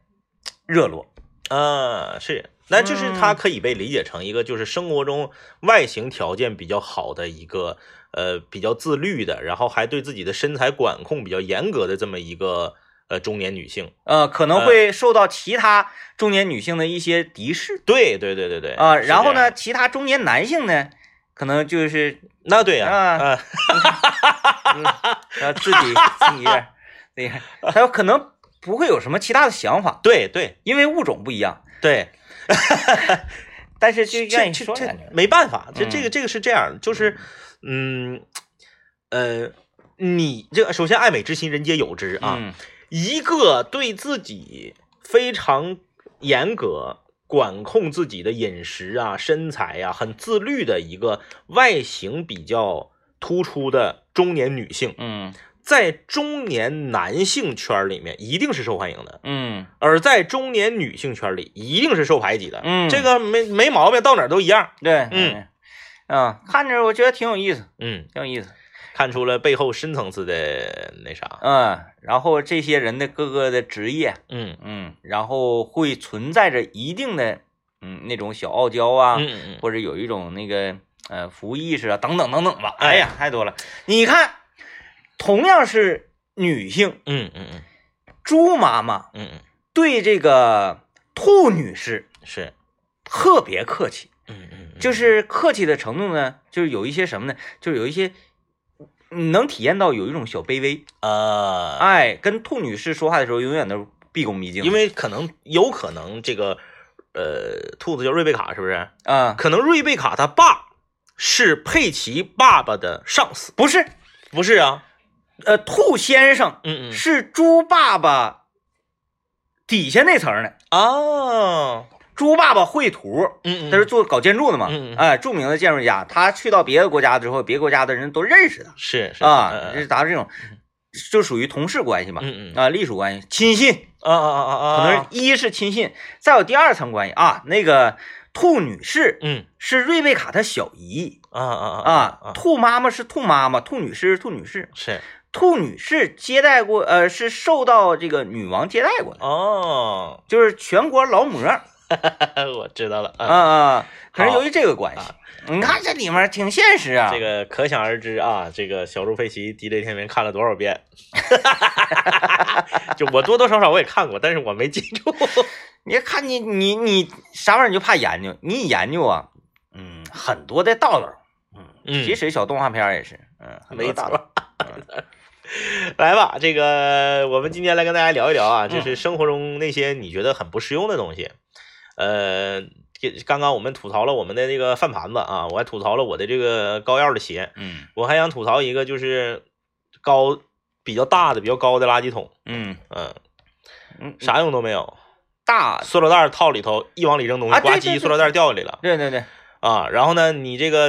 S1: 热络。
S2: 嗯啊是，那就是
S1: 嗯
S2: 它可以被理解成一个就是生活中外形条件比较好的一个呃比较自律的，然后还对自己的身材管控比较严格的这么一个呃中年女性。
S1: 呃，可能会受到其他中年女性的一些敌视
S2: 对对对对对
S1: 啊、
S2: 是
S1: 然后
S2: 这样
S1: 呢，其他中年男性呢，可能就是
S2: 那对呀
S1: 啊
S2: 啊
S1: 呃自 己自己一个人自己一个人，还有可能不会有什么其他的想法，
S2: 对对
S1: 因为物种不一样。
S2: 对，
S1: 但是就
S2: 这
S1: 愿意
S2: 这
S1: 说
S2: 这
S1: 两句，
S2: 没办法，这
S1: 嗯
S2: 这个这个是这样，就是嗯呃，你这个首先爱美之心人皆有之啊，
S1: 嗯
S2: 一个对自己非常严格。管控自己的饮食啊、身材呀、很自律的一个外形比较突出的中年女性，
S1: 嗯
S2: 在中年男性圈里面一定是受欢迎的。
S1: 嗯
S2: 而在中年女性圈里，一定是受排挤的。
S1: 嗯
S2: 这个没没毛病，到哪儿都一样。
S1: 对，
S2: 嗯
S1: 啊，看着我觉得挺有意思，
S2: 嗯，
S1: 挺有意思。
S2: 看出了背后深层次的那啥。
S1: 嗯，然后这些人的各个的职业，
S2: 嗯
S1: 嗯，然后会存在着一定的嗯那种小傲娇啊，
S2: 嗯嗯嗯，
S1: 或者有一种那个呃服务意识啊，等等等等吧。
S2: 哎
S1: 哎呀，太多了。你看，同样是女性，
S2: 嗯嗯嗯
S1: 朱妈妈
S2: 嗯嗯，
S1: 对这个兔女士
S2: 是，
S1: 特别客气，
S2: 嗯嗯，
S1: 就是是客气的程度呢，就是有一些什么呢，就是有一些。你能体验到有一种小卑微，
S2: 呃，
S1: 哎，跟兔女士说话的时候，永远都是毕恭毕敬的，
S2: 因为可能有可能这个呃，兔子叫瑞贝卡，是不是？
S1: 啊、
S2: 可能瑞贝卡他爸是佩奇爸爸的上司，
S1: 不是，
S2: 不是啊？
S1: 呃，兔先生
S2: 嗯嗯
S1: 是猪爸爸底下那层儿的，
S2: 啊，
S1: 猪爸爸绘图，
S2: 嗯嗯，
S1: 他是做搞建筑的嘛，
S2: 嗯嗯
S1: 哎，著名的建筑家，他去到别的国家之后，别的国家的人都认识他
S2: 是是
S1: 啊，这
S2: 嗯
S1: 是咱这种就属于同事关系嘛，
S2: 嗯嗯
S1: 啊，隶属关系，亲信，
S2: 啊啊啊啊，
S1: 可能是一是亲信，再有第二层关系啊，那个兔女士
S2: 嗯
S1: 是瑞贝卡她小姨
S2: 啊啊啊
S1: 啊，兔妈妈是兔妈妈，兔女士是兔女士，
S2: 是
S1: 兔女士接待过，呃，是受到这个女王接待过的，
S2: 哦。
S1: 就是全国劳模。
S2: 我知道了
S1: 啊
S2: 啊，
S1: 啊！可是
S2: 好啊
S1: 由于这个关系，你看这里面挺现实啊。
S2: 这个可想而知啊，这个小猪佩奇、地雷天明看了多少遍， 就我多多少少我也看过，但是我没记住。
S1: 你看你你你啥玩意儿你就怕研究，你一研究啊，嗯，很多的道道，
S2: 嗯
S1: 其实小动画片儿也是，嗯，很多
S2: 没
S1: 道
S2: 错
S1: 道。
S2: 来吧，这个我们今天来跟大家聊一聊啊，
S1: 嗯
S2: 就是生活中那些你觉得很不实用的东西。呃，这刚刚我们吐槽了我们的这个饭盘子啊，我还吐槽了我的这个高腰的鞋，
S1: 嗯
S2: 我还想吐槽一个就是高比较大的、比较高的垃圾桶，
S1: 嗯
S2: 嗯，
S1: 嗯，
S2: 啥用都没有。
S1: 大？
S2: 塑料袋儿套里头，一往里扔东
S1: 啊
S2: 西，
S1: 对对
S2: 呱
S1: 对
S2: 唧，塑料袋儿掉下来了
S1: 对对对，
S2: 啊。然后呢，你这个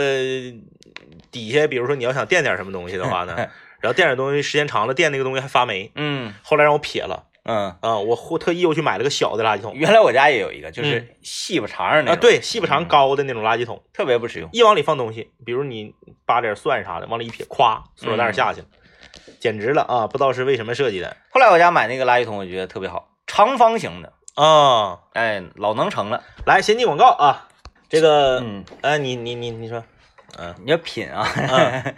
S2: 底下，比如说你要想垫点什么东西的话 呢，然后垫点东西时间长了，垫那个东西还发霉。
S1: 嗯
S2: 后来让我撇了
S1: 嗯。
S2: 啊，我忽特意又去买了个小的垃圾桶
S1: 原来我家也有一个，就是细不长儿那嗯
S2: 啊，
S1: 种，，
S2: 对，细不长高的那种垃圾桶，
S1: 特别不实用。
S2: 一往里放东西，比如你扒点蒜啥的，往里一撇，咵，塑料袋儿下去了，
S1: 嗯
S2: 简直了啊！不知道是为什么设计的
S1: 后来我家买那个垃圾桶，我觉得特别好，长方形的，
S2: 啊。
S1: 哎，老能成了。
S2: 来，先进广告啊，这个，
S1: 嗯，
S2: 哎，你你你你说，
S1: 你要品啊，
S2: 嗯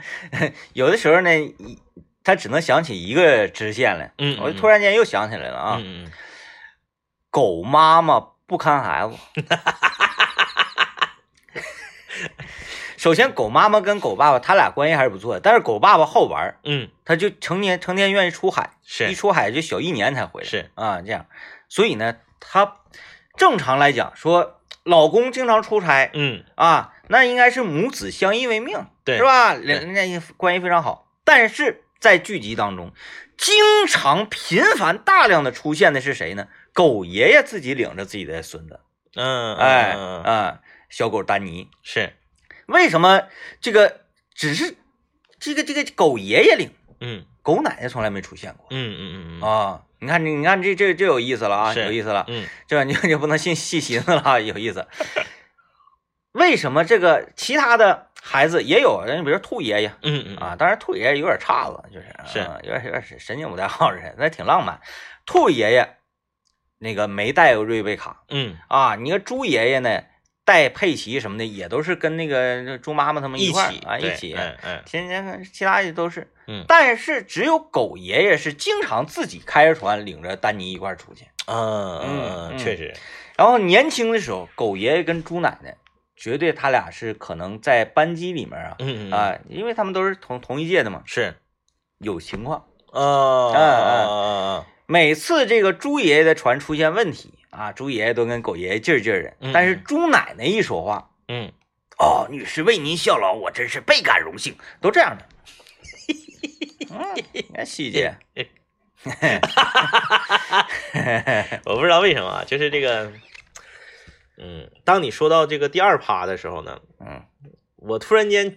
S1: 有的时候呢，一他只能想起一个支线来。
S2: 嗯
S1: 我突然间又想起来了啊，
S2: 嗯嗯
S1: 狗妈妈不看孩子。首先，狗妈妈跟狗爸爸他俩关系还是不错的，但是狗爸爸好玩儿，
S2: 嗯，
S1: 他就成天成天愿意出海，
S2: 是
S1: 一出海就小一年才回来。
S2: 是
S1: 啊，这样，所以呢，他正常来讲说，老公经常出差，
S2: 嗯，
S1: 啊，那应该是母子相依为命，
S2: 对
S1: 是吧？人人家关系非常好，但是在剧集当中，经常频繁大量的出现的是谁呢？狗爷爷自己领着自己的孙子，
S2: 嗯，
S1: 哎
S2: 嗯嗯嗯
S1: 啊，小狗丹尼，
S2: 是，
S1: 为什么这个只是这个这个狗爷爷领，
S2: 嗯
S1: 狗奶奶从来没出现过
S2: 嗯嗯嗯嗯，
S1: 啊？你看，你看这这这有意思了啊，
S2: 是
S1: 有意思了，
S2: 嗯
S1: 这你就不能细细寻思了啊，有意思。为什么这个其他的孩子也有人，比如说兔爷爷
S2: 嗯嗯
S1: 啊，当然兔爷爷有点岔子，就是啊
S2: 是
S1: 有点有点神神经不太好的人，那挺浪漫。兔爷爷那个没带过瑞贝卡，
S2: 嗯，
S1: 啊，你看猪爷爷呢，带佩奇什么的，也都是跟那个猪妈妈他们
S2: 一
S1: 块儿
S2: 起
S1: 啊一
S2: 对
S1: 起，
S2: 嗯嗯
S1: 天天看其他也都是，
S2: 嗯
S1: 但是只有狗爷爷是经常自己开着船领着丹尼一块儿出去。
S2: 嗯
S1: 嗯嗯
S2: 嗯，确实，
S1: 然后年轻的时候，狗爷爷跟猪奶奶，绝对他俩是可能在班级里面啊、
S2: 嗯嗯嗯
S1: 啊，因为他们都是同同一届的嘛，
S2: 是，
S1: 有情况。嗯
S2: 嗯
S1: 嗯
S2: 嗯
S1: 每次这个猪爷爷的船出现问题啊，猪爷爷都跟狗爷爷劲儿劲儿的，但是
S2: 嗯嗯
S1: 猪奶奶一说话，
S2: 嗯
S1: 哦，女士为您效劳，我真是倍感荣幸。都这 样的，嗯，你看细节，
S2: 嗯，我不知道为什么啊，就是这个，嗯，当你说到这个第二趴的时候呢，
S1: 嗯
S2: 我突然间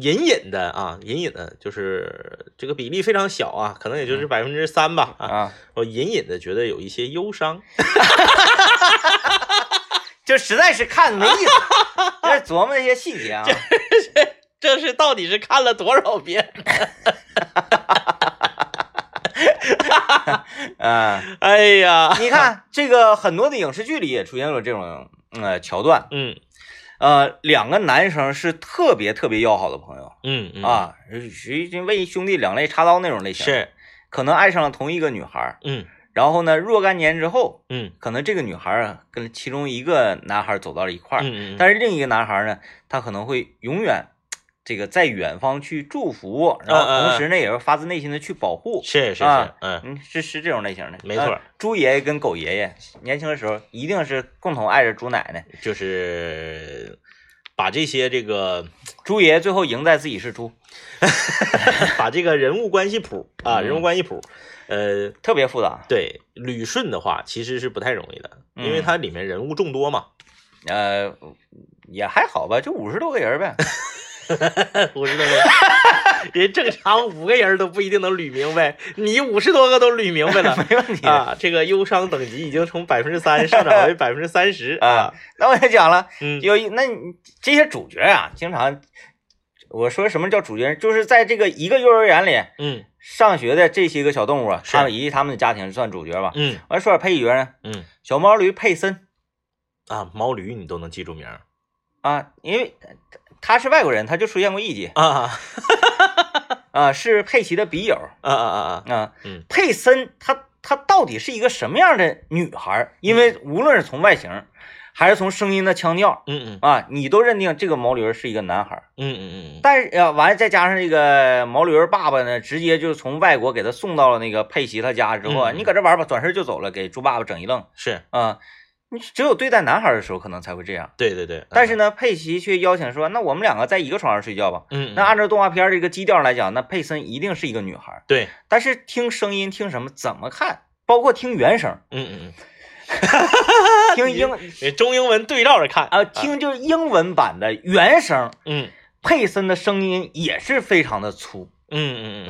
S2: 隐隐的啊，隐隐的，就是这个比例非常小啊，可能也就是百分之三吧啊，
S1: 啊，
S2: 我隐隐的觉得有一些忧伤。
S1: 就实在是看没 意思，就是琢磨一些细节啊。
S2: 这是到底是看了多少遍？
S1: 啊，
S2: 哎呀，
S1: 你看这个很多的影视剧里也出现了这种嗯呃桥段，
S2: 嗯
S1: 呃，两个男生是特别特别要好的朋友
S2: 嗯嗯，
S1: 啊，属于就为兄弟两肋插刀那种类型，
S2: 是，
S1: 可能爱上了同一个女孩儿，
S2: 嗯
S1: 然后呢，若干年之后，
S2: 嗯
S1: 可能这个女孩儿啊跟其中一个男孩儿走到了一块儿，
S2: 嗯嗯，
S1: 但是另一个男孩儿呢，他可能会永远这个在远方去祝福，然
S2: 嗯
S1: 后同时呢，也是发自内心的去保护。
S2: 是是是
S1: 啊，
S2: 嗯
S1: 嗯，是是这种类型的，
S2: 没错
S1: 呃猪爷爷跟狗爷爷年轻的时候一定是共同爱着猪奶奶，
S2: 就是把这些这个
S1: 猪爷爷最后赢在自己是猪，
S2: 把这个人物关系谱啊，
S1: 嗯
S2: 人物关系谱，呃，
S1: 特别复杂。
S2: 对，捋顺的话其实是不太容易的，
S1: 嗯
S2: 因为它里面人物众多嘛，
S1: 呃，也还好吧，就五十多个人呗。 哎
S2: 五十多个 人正常五个人都不一定能捋明白，你五十多个都捋明白 了
S1: 没问题
S2: 啊，这个忧伤等级已经从百分之三上涨为百分之三十
S1: 啊，那我也讲了，
S2: 嗯
S1: 有一那你这些主角啊，经常我说什么叫主角，就是在这个一个幼儿园里
S2: 嗯
S1: 上学的这些个小动物啊，
S2: 是
S1: 他们以及他们的家庭算主角吧。
S2: 嗯
S1: 我还说点配角呢，
S2: 嗯
S1: 小毛驴佩森
S2: 啊，毛驴你都能记住名儿
S1: 啊，因为他是外国人，他就出现过一集
S2: 啊啊
S1: 啊，是佩奇的笔友
S2: 啊啊啊，
S1: 啊。
S2: 嗯
S1: 佩森她她到底是一个什么样的女孩儿？因为无论是从外形，还是从声音的腔调
S2: 嗯嗯
S1: 啊，你都认定这个毛驴是一个男孩儿。
S2: 嗯嗯嗯
S1: 但是呃，完了再加上这个毛驴儿爸爸呢，直接就从外国给他送到了那个佩奇他家之后啊，
S2: 嗯
S1: 你搁这玩吧，转身就走了，给猪爸爸整一愣
S2: 是
S1: 啊。你只有对待男孩儿的时候，可能才会这样。
S2: 对对对，啊嗯
S1: 但是呢，佩奇却邀请说：“那我们两个在一个床上睡觉吧。”
S2: 嗯嗯
S1: 那按照动画片儿这个基调来讲，那佩森一定是一个女孩儿。
S2: 对
S1: 但是听声音、听什么、怎么看，包括听原声、
S2: 嗯嗯
S1: 听英
S2: 嗯，中英文对照着看
S1: 啊，听就是英文版的原声，
S2: 嗯
S1: 佩森的声音也是非常的粗
S2: 嗯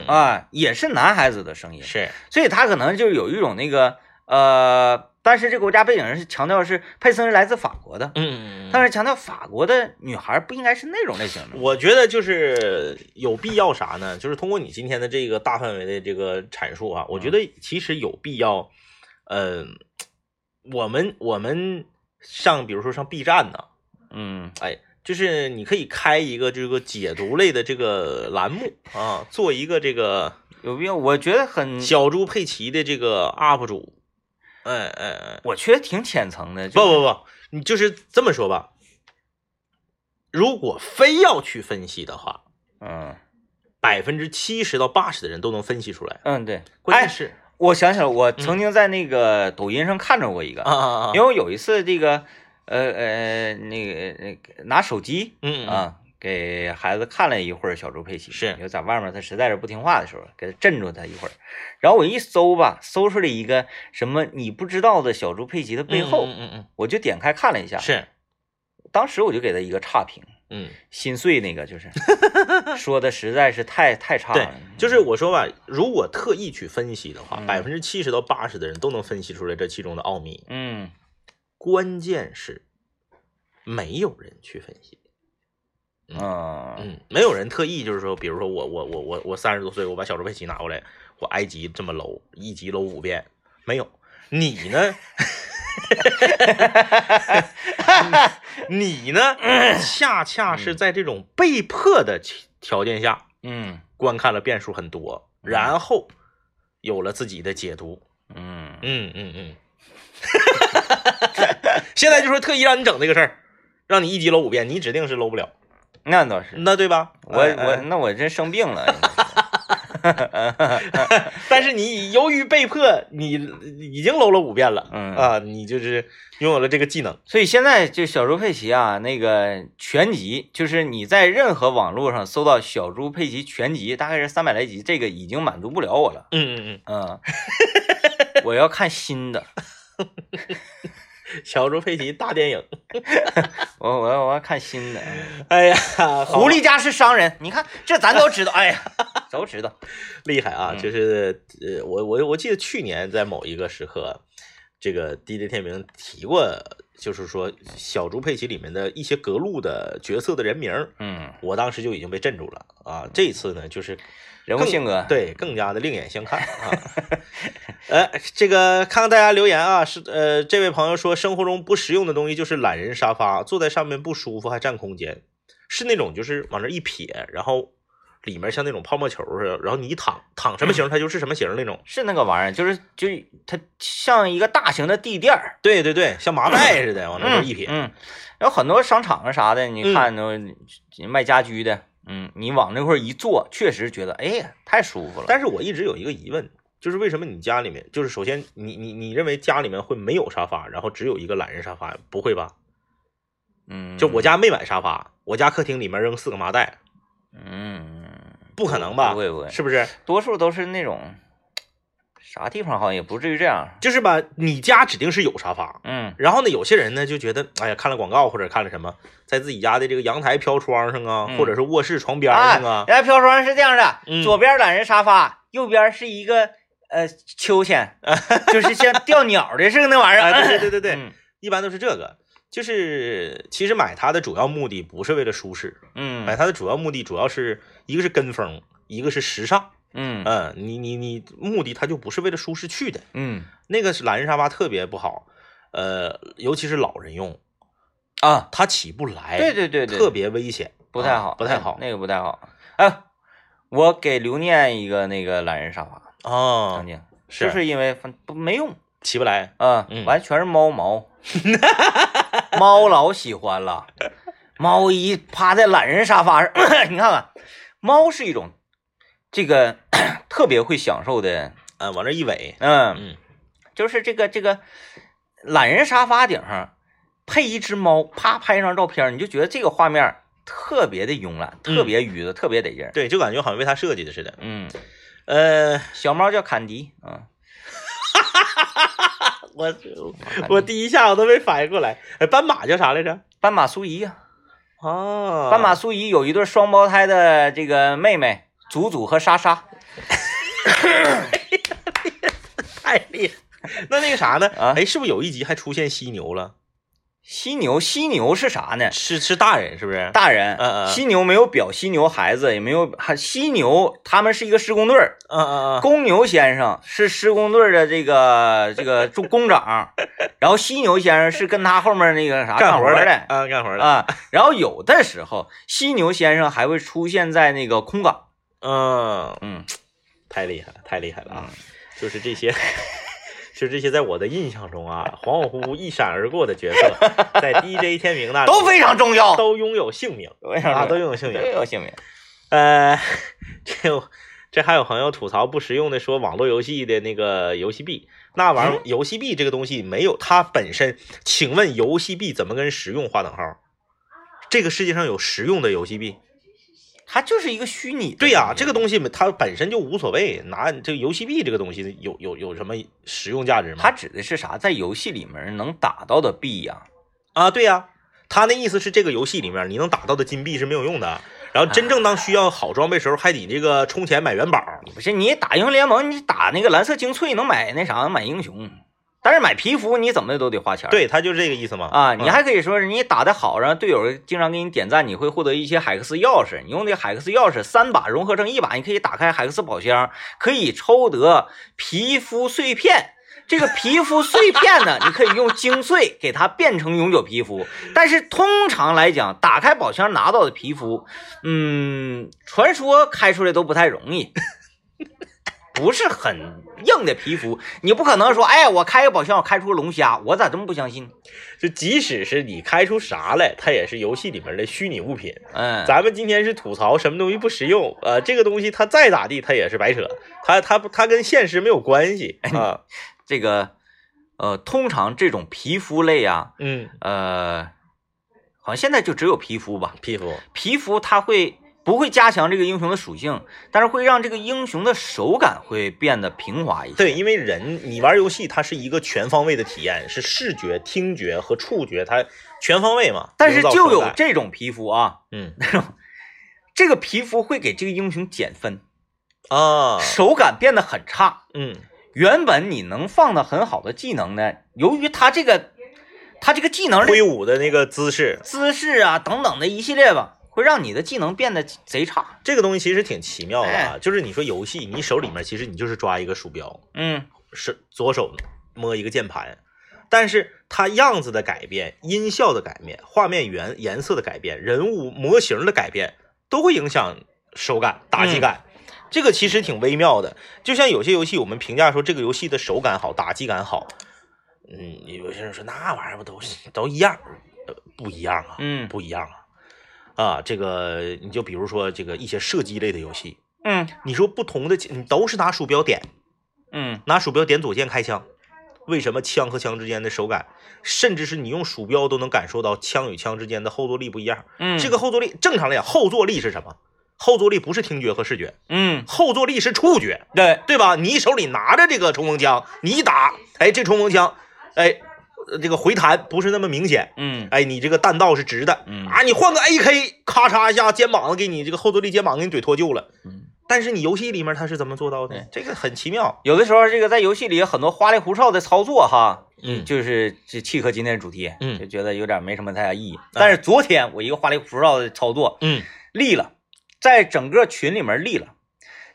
S2: 嗯嗯
S1: 啊，也是男孩子的声音。
S2: 是
S1: 所以他可能就是有一种那个呃，但是这个国家背景是强调是佩森是来自法国的，
S2: 嗯嗯，
S1: 但是强调法国的女孩不应该是那种类型的。
S2: 我觉得就是有必要啥呢？就是通过你今天的这个大范围的这个阐述啊，我觉得其实有必要，嗯、我们我们上比如说上 B 站呢，
S1: 嗯
S2: 哎，就是你可以开一个这个解读类的这个栏目啊，做一个这个
S1: 有必要？我觉得很，
S2: 小猪佩奇的这个 UP 主，哎哎哎，
S1: 我觉得挺浅层的。
S2: 不
S1: 就是
S2: 不不，你就是这么说吧。如果非要去分析的话，
S1: 嗯
S2: 百分之七十到八十的人都能分析出来。
S1: 嗯，对。
S2: 关键
S1: 哎
S2: 嗯是
S1: 我想起来，我曾经在那个抖音上看着过一个，
S2: 啊啊啊，
S1: 因为我有一次这个呃呃那个那个拿手机
S2: 嗯嗯
S1: 啊。给孩子看了一会儿小猪佩奇，
S2: 是
S1: 因为在外面他实在是不听话的时候，给他镇住他一会儿。然后我一搜吧，搜出来一个什么你不知道的小猪佩奇的
S2: 嗯
S1: 背后，
S2: 嗯嗯嗯
S1: 我就点开看了一下
S2: 嗯，是
S1: 当时我就给他一个差评，
S2: 嗯
S1: 心碎那个就是 说的实在是太太差
S2: 对
S1: 了，，
S2: 就是我说吧，如果特意去分析的话，
S1: 嗯
S2: 百分之七十到八十的人都能分析出来这其中的奥秘。
S1: 嗯
S2: 关键是没有人去分析，
S1: 嗯，
S2: 嗯，没有人特意就是说，比如说我我我我我三十多岁，我把小猪佩奇拿过来，我埃及这么搂，一集搂五遍，没有。你呢？ 你呢？恰恰是在这种被迫的情条件下，
S1: 嗯
S2: 观看了变数很多，然后有了自己的解读。
S1: 嗯，
S2: 嗯嗯嗯。 现在就说特意让你整这个事儿，让你一集搂五遍，你指定是搂不了，
S1: 那倒是，
S2: 那对吧？
S1: 嗯我
S2: 哎
S1: 我
S2: 哎
S1: 那我真生病了，
S2: 但是你由于被迫，你已经搂了五遍了，
S1: 嗯
S2: 啊，你就是拥有了这个技能，
S1: 所以现在就小猪佩奇啊，那个全集，就是你在任何网络上搜到小猪佩奇全集，大概是三百来集，这个已经满足不了我了。
S2: 嗯嗯
S1: 嗯，我要看新的，
S2: 嗯，小猪佩奇大电影，
S1: 我我要我要看新的。嗯
S2: 哎呀，狐
S1: 狐
S2: 狸
S1: 狸家是商人，你看这咱都知道，哎呀， 都知道。
S2: 厉害啊，就是呃，我我我记得去年在某一个时刻，这个 DJ 天明提过，就是说小猪佩奇里面的一些格路的角色的人名儿，
S1: 嗯，
S2: 我当时就已经被镇住了啊，这一次呢就是
S1: 人物
S2: 更
S1: 性格，，
S2: 对，更加的另眼相看啊。 呃，这个看看大家留言啊，是呃，这位朋友说生活中不实用的东西就是懒人沙发，坐在上面不舒服还占空间，是那种就是往那一撇，然后里面像那种泡沫球似的，然后你一躺躺什么 形它就是什么形那种。
S1: 是那个玩意儿，就是就它像一个大型的地垫儿。
S2: 对对对，像麻 袋似的往那边一撇。
S1: 嗯，有很多商场啊啥的，
S2: 嗯
S1: 你看都卖家居的，嗯，你往那块儿一坐，确实觉得哎呀太舒服了。
S2: 但是我一直有一个疑问。就是为什么你家里面，就是首先你你你认为家里面会没有沙发，然后只有一个懒人沙发，不会吧？
S1: 嗯，
S2: 就我，家没买沙发，我家客厅里面扔四个麻袋，
S1: 嗯，
S2: 不可能吧？
S1: 不会不会
S2: 是不是？
S1: 多数都是那种啥地方好像也不至于这样。
S2: 就是吧，你家指定是有沙发。
S1: 嗯
S2: 然后呢，有些人呢就觉得，哎呀，看了广告或者看了什么，在自己家的这个阳台飘窗上啊，
S1: 嗯
S2: 或者是卧室床边
S1: 啊，
S2: 上
S1: 人
S2: 啊，
S1: 家飘窗是这样的，
S2: 嗯
S1: 左边懒人沙发，右边是一个呃秋 千，就是像钓鸟的似的那玩意
S2: 哎，
S1: 儿。
S2: 对对对对对，
S1: 嗯
S2: 一般都是这个。就是其实买它的主要目的不是为了舒适，买
S1: 嗯
S2: 哎它的主要目的主要是一个是跟风，一个是时尚。
S1: 嗯
S2: 嗯，你你你目的它就不是为了舒适去的。
S1: 嗯
S2: 那个懒人沙发特别不好，呃，尤其是老人用，
S1: 啊，
S2: 它起不来，
S1: 对对对对，
S2: 特别危险，
S1: 不太好，
S2: 啊不太好
S1: 那个不太好。哎，我给刘念一个那个懒人沙发，
S2: 啊
S1: 曾，经
S2: 是
S1: 嗯就是因为反不没用
S2: 起不来，
S1: 啊
S2: 嗯，
S1: 完全是猫 毛，猫老喜欢了，猫一趴在懒人沙发上， 你看看，猫是一种这个 特别会享受的，
S2: 啊，往这一尾，
S1: 嗯，
S2: 嗯，
S1: 就是这个这个懒人沙发顶上配一只猫，啪拍一张照片，你就觉得这个画面特别的慵懒，
S2: 嗯
S1: 特别愉悦，特别得劲儿。
S2: 对，就感觉好像为它设计的似的。
S1: 嗯，
S2: 呃，
S1: 小猫叫坎迪，嗯，
S2: 我
S1: 坎迪
S2: 我第一下我都没反应过来，哎，斑马叫啥来着？
S1: 斑马苏怡啊，
S2: 啊，
S1: 斑马苏怡有一对双胞胎的这个妹妹祖祖和莎莎，
S2: 太厉害。那那个啥呢？
S1: 啊
S2: 哎，是不是有一集还出现犀牛了？
S1: 犀牛，犀牛是啥呢？
S2: 是是大人是不是？
S1: 大人
S2: 嗯嗯，嗯
S1: 犀牛没有表犀牛孩子，也没有还犀牛，他们是一个施工队儿。
S2: 嗯嗯嗯，
S1: 公牛先生是施工队儿的这个这个中工长，然后犀牛先生是跟他后面那个啥
S2: 干
S1: 活
S2: 活
S1: 儿
S2: 的
S1: 的
S2: 啊，干活的，
S1: 啊。然后有的时候，犀牛先生还会出现在那个空港，
S2: 嗯，
S1: 嗯
S2: 太厉害了，太厉害了啊！就是这些， 就是这些，在我的印象中啊，恍恍惚惚一闪而过的角色， 在 DJ 天明那里
S1: 都非常重要，
S2: 都拥有姓名
S1: 都非常重
S2: 啊，
S1: 要
S2: 都拥有姓
S1: 都
S2: 名。
S1: 有姓名。
S2: 呃， 这这还有朋友吐槽不实用的说，网络游戏的那个游戏币，那玩意儿游戏币这个东西没有它本身，请问游戏币怎么跟实用划等号？这个世界上有实用的游戏币？
S1: 它就是一个虚拟的东西。
S2: 对呀、这个东西嘛它本身就无所谓，拿这个游戏币这个东西有有有什么实用价值吗？
S1: 它指的是啥？在游戏里面能打到的币呀、
S2: 啊，对呀、他那意思是这个游戏里面你能打到的金币是没有用的，然后真正当需要好装备时候，还得这个充钱买元宝。
S1: 不是你打英雄联盟，你打那个蓝色精粹能买那啥，能买英雄。但是买皮肤你怎么都得花钱。
S2: 对，他就这个意思嘛。
S1: 啊，你
S2: 嗯
S1: 还可以说是你打的好，然后队友经常给你点赞，你会获得一些海克斯钥匙。你用这海克斯钥匙三把融合成一把，你可以打开海克斯宝箱，可以抽得皮肤碎片。这个皮肤碎片呢，你可以用精粹给它变成永久皮肤。但是通常来讲，打开宝箱拿到的皮肤，嗯，传说开出来都不太容易。不是很硬的皮肤，你不可能说，哎，我开个宝箱，我开出个龙虾，我咋这么不相信？
S2: 就即使是你开出啥来，它也是游戏里面的虚拟物品。
S1: 嗯，
S2: 咱们今天是吐槽什么东西不实用，呃，这个东西它再咋地，它也是白扯，它它不它跟现实没有关系啊。
S1: 这个呃，通常这种皮肤类啊，
S2: 嗯，
S1: 呃，好像现在就只有皮肤吧。
S2: 皮肤
S1: 皮肤它会不会加强这个英雄的属性，但是会让这个英雄的手感会变得平滑一些。
S2: 对，因为人你玩游戏，它是一个全方位的体验，是视觉、听觉和触觉，它全方位嘛。
S1: 但是
S2: 营造
S1: 就
S2: 手
S1: 有
S2: 感
S1: 这种皮肤啊，
S2: 嗯
S1: 这个皮肤会给这个英雄减分，
S2: 啊
S1: 手感变得很差。
S2: 嗯
S1: 原本你能放的很好的技能呢，由于它这个它这个技能的
S2: 挥舞的那个姿势，
S1: 姿势啊等等的一系列吧，会让你的技能变得贼差。
S2: 这个东西其实挺奇妙的
S1: 哎
S2: 啊，就是你说游戏，你手里面其实你就是抓一个鼠标，
S1: 嗯，
S2: 是左手摸一个键盘，但是它样子的改变、音效的改变、画面原颜色的改变、人物模型的改变，都会影响手感、打击感。这个其实挺微妙的，就像有些游戏，我们评价说这个游戏的手感好、打击感好，嗯，有些人说那玩意儿不都是都一样，呃，不一样啊，
S1: 嗯
S2: 不一样啊。啊，这个你就比如说这个一些射击类的游戏，
S1: 嗯
S2: 你说不同的你都是拿鼠标点，
S1: 嗯
S2: 拿鼠标点左键开枪，为什么枪和枪之间的手感，甚至是你用鼠标都能感受到枪与枪之间的后坐力不一样？
S1: 嗯，
S2: 这个后坐力正常来讲，后坐力是什么？后坐力不是听觉和视觉，
S1: 嗯
S2: 后坐力是触觉，
S1: 对，
S2: 对吧？你手里拿着这个冲锋枪，你一打，哎，这冲锋枪，哎，呃这个回弹不是那么明显。
S1: 嗯
S2: 哎，你这个弹道是直的，
S1: 嗯
S2: 啊，你换个 AK，咔嚓一下肩膀子给你这个后坐力肩膀给你怼脱臼了。
S1: 嗯，哎
S2: 但是你游戏里面它是怎么做到的
S1: 对？
S2: 这个很奇妙。
S1: 有的时候这个在游戏里有很多花里胡哨的操作哈，
S2: 嗯
S1: 就是就契合今天的主题，
S2: 嗯
S1: 就觉得有点没什么太大意义。但是昨天我一个花里胡哨的操作
S2: 嗯
S1: 立了，在整个群里面立了。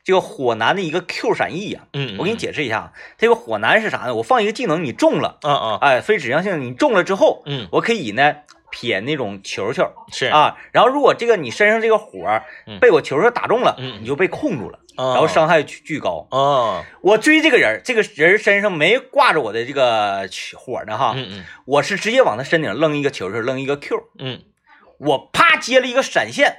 S1: 这个火男的一个 Q 闪翼啊，
S2: 嗯，
S1: 我给你解释一下啊，这个火男是啥呢？我放一个技能，你中了，
S2: 啊啊，
S1: 哎，非指向性你中了之后，
S2: 嗯
S1: 我可以呢撇那种球球，
S2: 是，
S1: 啊，然后如果这个你身上这个火儿
S2: 嗯
S1: 被我球球打中了，
S2: 嗯哦
S1: 你就被控住了，
S2: 然
S1: 然后伤害巨巨高。
S2: 啊，
S1: 我追这个人儿，这个人儿身上没挂着我的这个球火呢哈，
S2: 嗯嗯
S1: 我是直接往他身顶扔一个球球，扔一个 Q，
S2: 嗯
S1: 我啪接了一个闪现，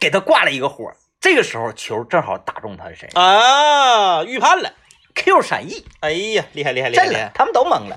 S1: 给他挂了一个火。这个时候球正好打中他的身上
S2: 啊，预判了，
S1: ，Q 闪翼 E，
S2: 哎呀，厉害厉害厉害
S1: 震
S2: 厉
S1: 了
S2: 害，，
S1: 他们都懵了。